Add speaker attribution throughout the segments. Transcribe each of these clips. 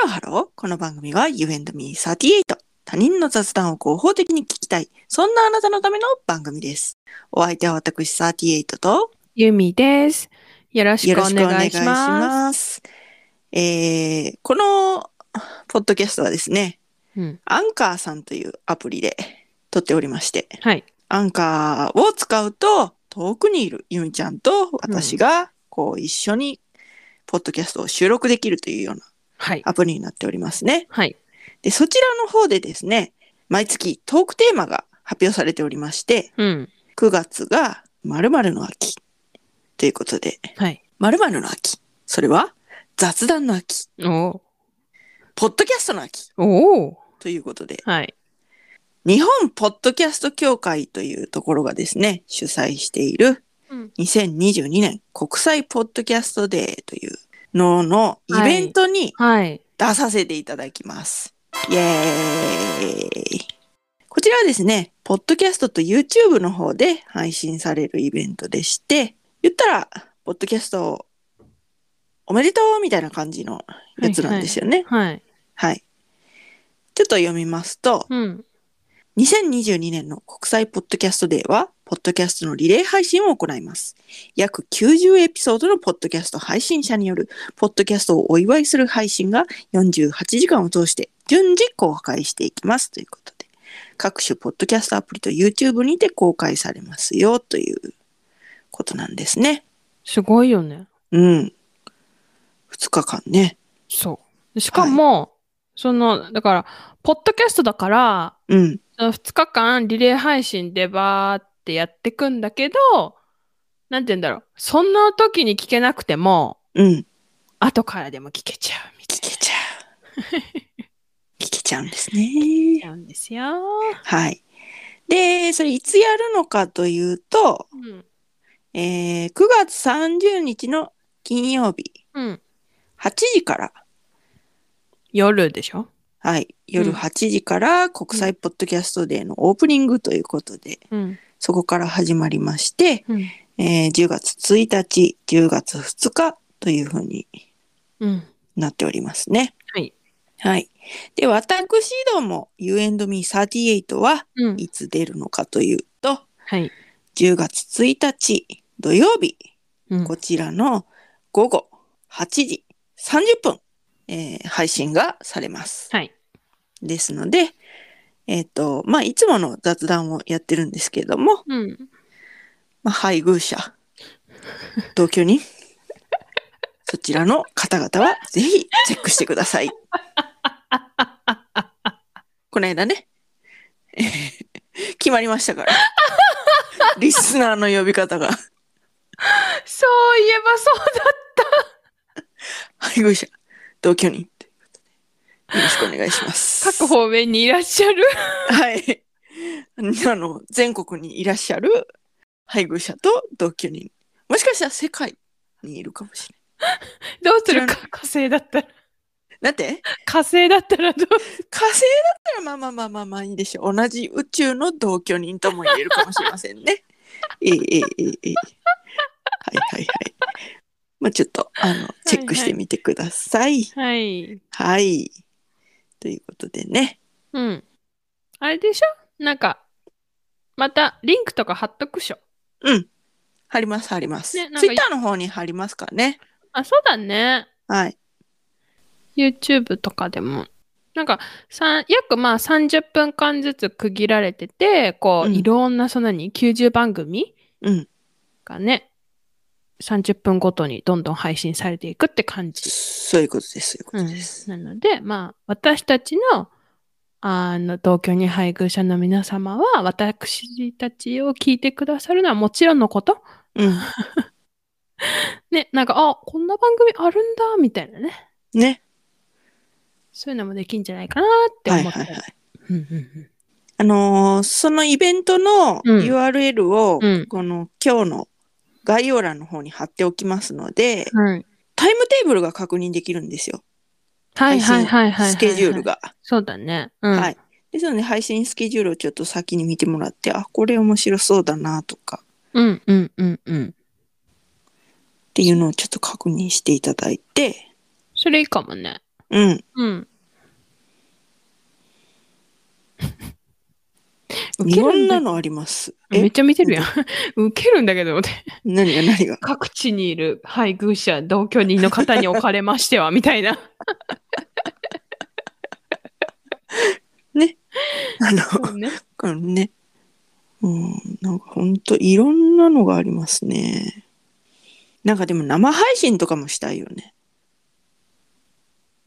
Speaker 1: ロハロー。この番組は You and Me38。他人の雑談を合法的に聞きたい。そんなあなたのための番組です。お相手は私38と
Speaker 2: ゆみです。よろし
Speaker 1: よ
Speaker 2: く
Speaker 1: ろ
Speaker 2: お
Speaker 1: しくお願
Speaker 2: 願
Speaker 1: い
Speaker 2: い
Speaker 1: し
Speaker 2: しま
Speaker 1: ます。えーこのポッドキャストはですね、
Speaker 2: す。うん、
Speaker 1: アンカーさんというアプリで撮っておりまして、
Speaker 2: はい。
Speaker 1: アンカーを使うと遠くにいるゆみちゃんと私がこう一緒にポッドキャストを収録できるというような
Speaker 2: はい。
Speaker 1: アプリになっておりますね。
Speaker 2: はい。
Speaker 1: で、そちらの方でですね、毎月トークテーマが発表されておりまして、
Speaker 2: うん。
Speaker 1: 9月が〇〇の秋ということで、
Speaker 2: はい。
Speaker 1: 〇〇の秋。それは雑談の秋、
Speaker 2: お
Speaker 1: ポッドキャストの秋
Speaker 2: お。おお。
Speaker 1: ということで、
Speaker 2: はい。
Speaker 1: 日本ポッドキャスト協会というところがですね、主催している
Speaker 2: うん
Speaker 1: 2022年国際ポッドキャストデーというののイベントに
Speaker 2: はい。
Speaker 1: 出させていただきます。イエーイこちらはですね、ポッドキャストと YouTube の方で配信されるイベントでして、言ったら、ポッドキャストをおめでとうみたいな感じのやつなんですよね。
Speaker 2: はい。
Speaker 1: はい、ちょっと読みますと、
Speaker 2: うん。
Speaker 1: 2022年の国際ポッドキャストデーは、ポッドキャストのリレー配信を行います。約90エピソードのポッドキャスト配信者による、ポッドキャストをお祝いする配信が48時間を通して順次公開していきますということで、各種ポッドキャストアプリと YouTube にて公開されますよということなんですね。
Speaker 2: すごいよね。
Speaker 1: うん。2日間ね。
Speaker 2: そう。しかも、その、だから、ポッドキャストだから、
Speaker 1: うん。
Speaker 2: その2日間リレー配信でバーってやってくんだけど、なんて言うんだろう。そんな時に聞けなくても、
Speaker 1: うん。
Speaker 2: 後からでも聞けちゃうみた
Speaker 1: 聞
Speaker 2: い
Speaker 1: けちゃう。聞けちゃうんですね。
Speaker 2: な。なんですよ。
Speaker 1: はい。で、それいつやるのかというと、
Speaker 2: うん。
Speaker 1: えー9月30日の金曜日
Speaker 2: うん。
Speaker 1: 8時から、
Speaker 2: 夜でしょ
Speaker 1: はい、夜
Speaker 2: うん
Speaker 1: 8時から国際ポッドキャストデーのオープニングということで、
Speaker 2: うん。
Speaker 1: そこから始まりまして、
Speaker 2: うん。
Speaker 1: えー10月1日、10月2日というふうに
Speaker 2: うん。
Speaker 1: なっておりますね。
Speaker 2: はい。
Speaker 1: はい。で、私ども You and Me38 は
Speaker 2: うん。
Speaker 1: いつ出るのかというと、
Speaker 2: はい。
Speaker 1: 10月1日土曜日、
Speaker 2: うん
Speaker 1: こちらの午後8時30分、えー配信がされます。
Speaker 2: はい。
Speaker 1: ですので、えっ、と、まあ、いつもの雑談をやってるんですけれども、
Speaker 2: うん。
Speaker 1: まあ、配偶 者、同居人、そちらの方々はぜひチェックしてくださ い。この間ね、えー決まりましたから。リスナーの呼び方が、
Speaker 2: そういえばそうだ。
Speaker 1: 配偶者、同居人ということでよろしくお願いします。
Speaker 2: 各方面にいらっしゃる。
Speaker 1: はい。あの、全国にいらっしゃる配偶者と同居人。もしかしたら世界にいるかもしれ
Speaker 2: どうする
Speaker 1: 知
Speaker 2: か。火星だったら。
Speaker 1: ない。だって、
Speaker 2: 火星だったらどう
Speaker 1: 火星だったらまあまあまあまあまあいいでしょう。同じ宇宙の同居人とも言えるかもしれませんね。 ええええええええはいはいはい。まあちょっと、あの、チェックしてみてください。
Speaker 2: はい。
Speaker 1: はい、ということでね。
Speaker 2: うん。あれでしょなんか、またリンクとか貼っとくっしょ。
Speaker 1: うん。貼ります貼ります。
Speaker 2: ねなんか
Speaker 1: ツイッターの方に貼りますからね。
Speaker 2: あ、そうだね。
Speaker 1: はい。
Speaker 2: YouTube とかでも。なんか、さん約まあ30分間ずつ区切られてて、こう、
Speaker 1: うん
Speaker 2: いろんな、そんなに90番組
Speaker 1: うん
Speaker 2: がね、30分ごとにどんどん配信されていくって感じ
Speaker 1: そういうことです。そういうことです。
Speaker 2: なので、まあ、私たちの、あの、同居に配偶者の皆様は、私たちを聞いてくださるのはもちろんのこと。
Speaker 1: うん。
Speaker 2: ね、なんか、あ、こんな番組あるんだ、みたいなね。
Speaker 1: ね。
Speaker 2: そういうのもできんじゃないかなって
Speaker 1: はい
Speaker 2: 思っ
Speaker 1: はい
Speaker 2: た。
Speaker 1: はい。
Speaker 2: うんうん
Speaker 1: あのーそのイベントの
Speaker 2: うん
Speaker 1: URL を、
Speaker 2: うん
Speaker 1: この今日の概要欄の方に貼っておきますので、
Speaker 2: うんはい
Speaker 1: タイムテーブルが確認できるんですよ。
Speaker 2: はいはいはいはい。
Speaker 1: スケジュール
Speaker 2: が。
Speaker 1: が。
Speaker 2: そうだね。うん。
Speaker 1: はい。ですので、配信スケジュールをちょっと先に見てもらって、あ、これ面白そうだなとか
Speaker 2: うんうんうんうん。
Speaker 1: っていうのをちょっと確認していただいて、
Speaker 2: それいいかもね。
Speaker 1: うん。
Speaker 2: うん。
Speaker 1: いろんなのあります。
Speaker 2: めっ
Speaker 1: え、
Speaker 2: ちゃ見てるやん。 受けるんだけど、って
Speaker 1: 何が何が
Speaker 2: 各地にいる配偶者、同居人の方におかれましては、みた いな。
Speaker 1: あの、
Speaker 2: ね、
Speaker 1: このね。うん、なんかほんといろんなのがありますね。なんかでも生配信とかもしたいよね。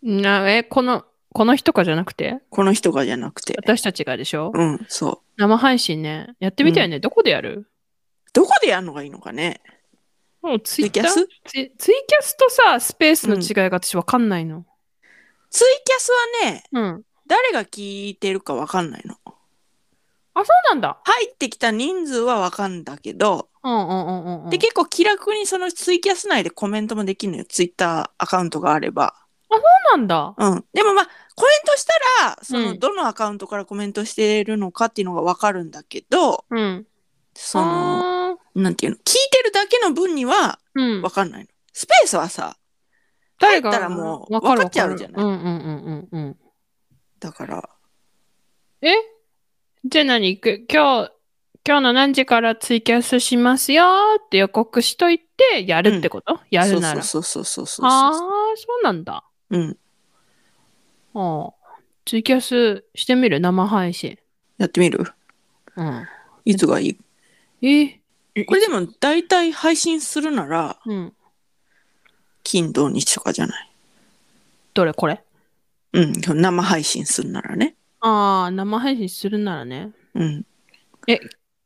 Speaker 2: なえ、この、この日とかじゃなくて
Speaker 1: この人がじゃなくて。
Speaker 2: 私たちがでしょ
Speaker 1: うん、そう。
Speaker 2: 生配信ね。やってみたいね。どこでやる
Speaker 1: どこでやるのがいいのかね。
Speaker 2: もうツ
Speaker 1: ツ
Speaker 2: イ
Speaker 1: イ
Speaker 2: ッタ
Speaker 1: キャ
Speaker 2: ー
Speaker 1: ス
Speaker 2: ツイツイキャスとさ、スペースの違いが私わかんないの。
Speaker 1: ツイキャスはね、
Speaker 2: うん。
Speaker 1: 誰が聞いてるかわかんないの。
Speaker 2: あ、そうなんだ。
Speaker 1: 入ってきた人数はわかんだけど、
Speaker 2: うんうんうんうんうん。
Speaker 1: で、結構気楽にそのツイキャス内でコメントもできるのよ。ツイッターアカウントがあれば。
Speaker 2: そうなんだ。
Speaker 1: うん。でもまあ、コメントしたら、そうの、
Speaker 2: ん
Speaker 1: どのアカウントからコメントしてるのかっていうのがわかるんだけど、
Speaker 2: うん。
Speaker 1: その、
Speaker 2: あー
Speaker 1: なんていうの、聞いてるだけの分には
Speaker 2: うん
Speaker 1: わ。かんないの。スペースはさ、
Speaker 2: 誰が
Speaker 1: 入ったらもう
Speaker 2: わか
Speaker 1: わ
Speaker 2: る
Speaker 1: かっちゃうじゃない
Speaker 2: わかるうんうんうんうんうん。
Speaker 1: だから、
Speaker 2: えじゃあ何く今日、今日の何時からツイキャスしますよーって予告しといて、やるってこと、やるなら。
Speaker 1: そうそうそうそうそう
Speaker 2: ああ
Speaker 1: そう
Speaker 2: ー、そうなんだ。
Speaker 1: そう。うん。
Speaker 2: ああツイキャスしてみる生配信。
Speaker 1: やってみる
Speaker 2: うん。
Speaker 1: いつがいい
Speaker 2: え
Speaker 1: これでも大体配信するなら、
Speaker 2: うん。
Speaker 1: 金土日とかじゃない
Speaker 2: どれこれ
Speaker 1: うん、生配信するならね。
Speaker 2: ああ、生配信するならね。
Speaker 1: うん、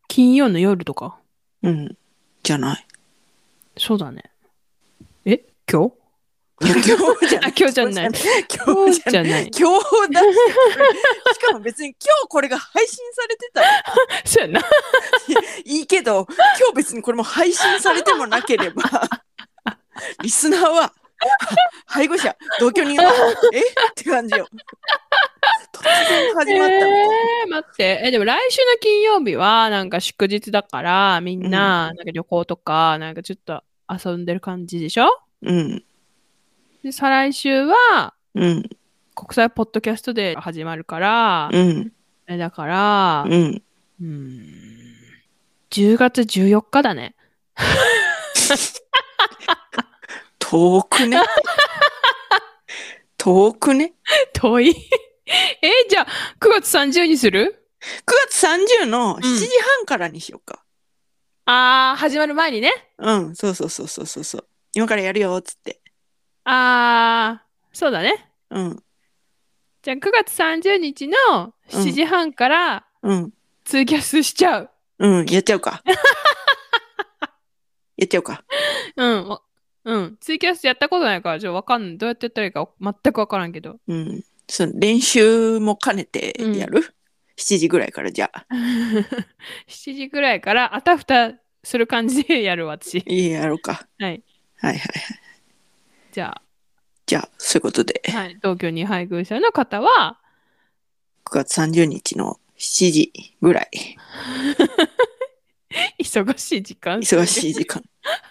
Speaker 2: 金曜の夜とか。
Speaker 1: うん、じゃない。
Speaker 2: そうだね。え今日
Speaker 1: いや今日じゃない。
Speaker 2: あ今日じゃない。
Speaker 1: 今
Speaker 2: 今
Speaker 1: 日
Speaker 2: 日
Speaker 1: じ
Speaker 2: じ
Speaker 1: ゃ
Speaker 2: ゃ
Speaker 1: な
Speaker 2: ないい。
Speaker 1: 今日だし、しかも別に今日これが配信されてたら
Speaker 2: そうやな。
Speaker 1: いいけど、今日別にこれも配信されてもなけれ ば、リスナーは、 配偶者、同居人 は、えって感じよ。突然始まったみたいな。
Speaker 2: えー、待って。え、でも来週の金曜日は、なんか祝日だから、みんな、なんか旅行とか、なんかちょっと遊んでる感じでしょ
Speaker 1: うん、
Speaker 2: で、再来週は、
Speaker 1: うん、
Speaker 2: 国際ポッドキャストで始まるから、
Speaker 1: うん、
Speaker 2: えだから、
Speaker 1: うん。
Speaker 2: うーん、10月14日だね。
Speaker 1: 遠く ね。遠くね。
Speaker 2: 遠い。 え、じゃあ、9月30にする
Speaker 1: 9月30の7時半からにしようか。
Speaker 2: あー、始まる前にね。
Speaker 1: うん、そうそうそうそうそうそう。今からやるよっつって。
Speaker 2: あー、そうだね。
Speaker 1: うん、
Speaker 2: じゃあ、9月30日の7時半から、
Speaker 1: うん、
Speaker 2: ツーキャスしちゃう。
Speaker 1: うん、やっちゃう か。やっちゃうか。
Speaker 2: うん。おうん。ツイキャスやったことないから、ちょっとわかんない。どうやってやったらいいか全くわからん けど。
Speaker 1: うん、その練習も兼ねてやる、?7 時ぐらいからじゃあ。
Speaker 2: 7時くらいから、あたふたする感じでや るわ、私。
Speaker 1: いいやろうか。
Speaker 2: はい。
Speaker 1: はいはいはい。
Speaker 2: じゃ
Speaker 1: じゃあ、そういうことで、
Speaker 2: あ、はい。同居に配偶者の方は、
Speaker 1: 9月30日の7時ぐらい、
Speaker 2: 忙しい時間。
Speaker 1: 忙しい時間。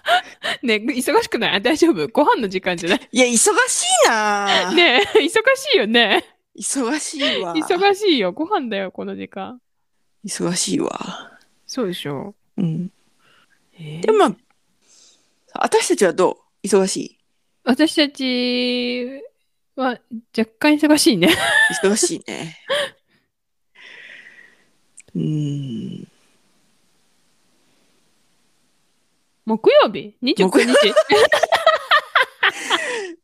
Speaker 2: ね、忙しくない大丈夫ご飯の時間じゃな い
Speaker 1: いや、忙しい な、ぁ
Speaker 2: ねえ、忙しいよね。
Speaker 1: 忙しいわ。
Speaker 2: 忙しいよ。ご飯だよ、この時間。
Speaker 1: 忙しいわ。
Speaker 2: そうでしょ
Speaker 1: うん。
Speaker 2: う。え
Speaker 1: でも、まあ、私たちはどう忙しい
Speaker 2: 私たちは若干忙しいね。
Speaker 1: 忙しい ね。うーん。
Speaker 2: 木曜日 ?29
Speaker 1: 木曜
Speaker 2: 日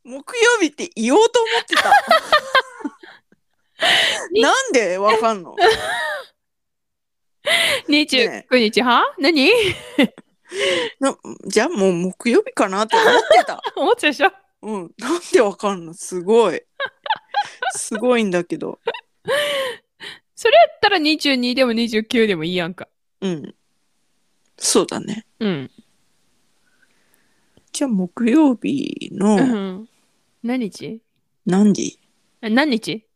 Speaker 1: 木曜日って言おうと思ってた。 なんでわかんの
Speaker 2: 29日は何
Speaker 1: なじゃあもう木曜日かなって思ってた。
Speaker 2: 思っちゃうでしょ
Speaker 1: うん。なんでわかんのすごい。すごいんだけど。
Speaker 2: それやったら22でも29でもいいやんか。
Speaker 1: うん。そうだね。
Speaker 2: うん。
Speaker 1: じゃあ木曜日
Speaker 2: う
Speaker 1: の
Speaker 2: ん、何日
Speaker 1: 何時、
Speaker 2: あ何日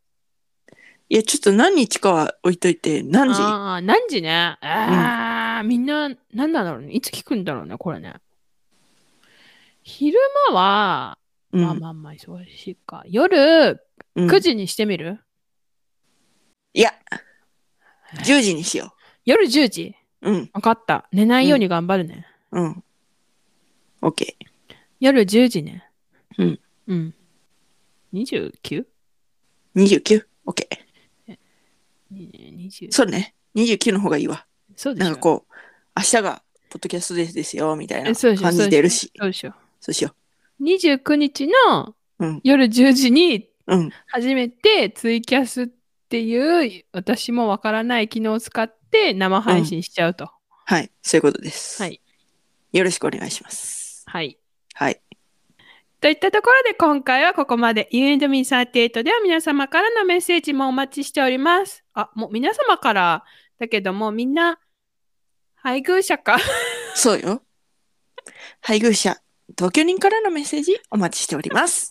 Speaker 1: いや、ちょっと何日かは置いといて、何時
Speaker 2: あー何時ね。あーみんな何なんだろうね。いつ聞くんだろうね、これね。昼間は、
Speaker 1: うん
Speaker 2: まあまあまあ、忙しいか。夜
Speaker 1: うん
Speaker 2: 9時にしてみる、
Speaker 1: いや、10時にしよ
Speaker 2: 夜10時
Speaker 1: う。うん、
Speaker 2: わかった。寝ないように頑張るね。
Speaker 1: うん。OK。
Speaker 2: 夜10時ね。
Speaker 1: うん。
Speaker 2: うん。29?
Speaker 1: 29。OK。
Speaker 2: 20
Speaker 1: そうね。29の方がいいわ。
Speaker 2: そうでし
Speaker 1: な
Speaker 2: ょ
Speaker 1: んかこう、明日がポッドキャストデーですよ、みたいな
Speaker 2: えそうでしょ
Speaker 1: 感じ出るし。
Speaker 2: そうでしょ
Speaker 1: そうしよ
Speaker 2: 29日の
Speaker 1: うん
Speaker 2: 夜10時に
Speaker 1: う。うん。
Speaker 2: 初めてツイキャスっていう私もわからない機能を使って生配信しちゃうと。
Speaker 1: はい。そういうことです。
Speaker 2: はい。
Speaker 1: よろしくお願いします。
Speaker 2: はい。
Speaker 1: はい。
Speaker 2: といったところで今回はここまで You and me38 では皆様からのメッセージもお待ちしております。あ、もう皆様からだけどもみんな配偶者か。
Speaker 1: そうよ。配偶者、同居人からのメッセージお待ちしており ます。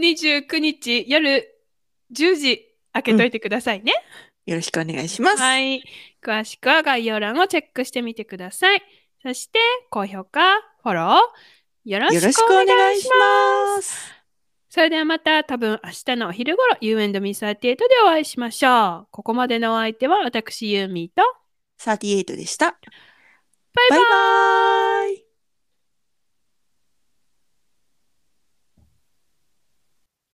Speaker 2: 29日夜10時開けといてくださいね。
Speaker 1: よろしくお願いします。
Speaker 2: はい。詳しくは概要欄をチェックしてみてください。そして、高評価、フォロー、よろし
Speaker 1: よろし
Speaker 2: く
Speaker 1: く
Speaker 2: お
Speaker 1: お
Speaker 2: 願
Speaker 1: 願
Speaker 2: い
Speaker 1: い
Speaker 2: し
Speaker 1: し
Speaker 2: ます。
Speaker 1: ます。
Speaker 2: それではまた多分明日のお昼頃、You and Me38 でお会いしましょう。ここまでのお相手は私、ユーミーと、
Speaker 1: 38でした。
Speaker 2: バイバ
Speaker 1: バ
Speaker 2: イ
Speaker 1: イバイ。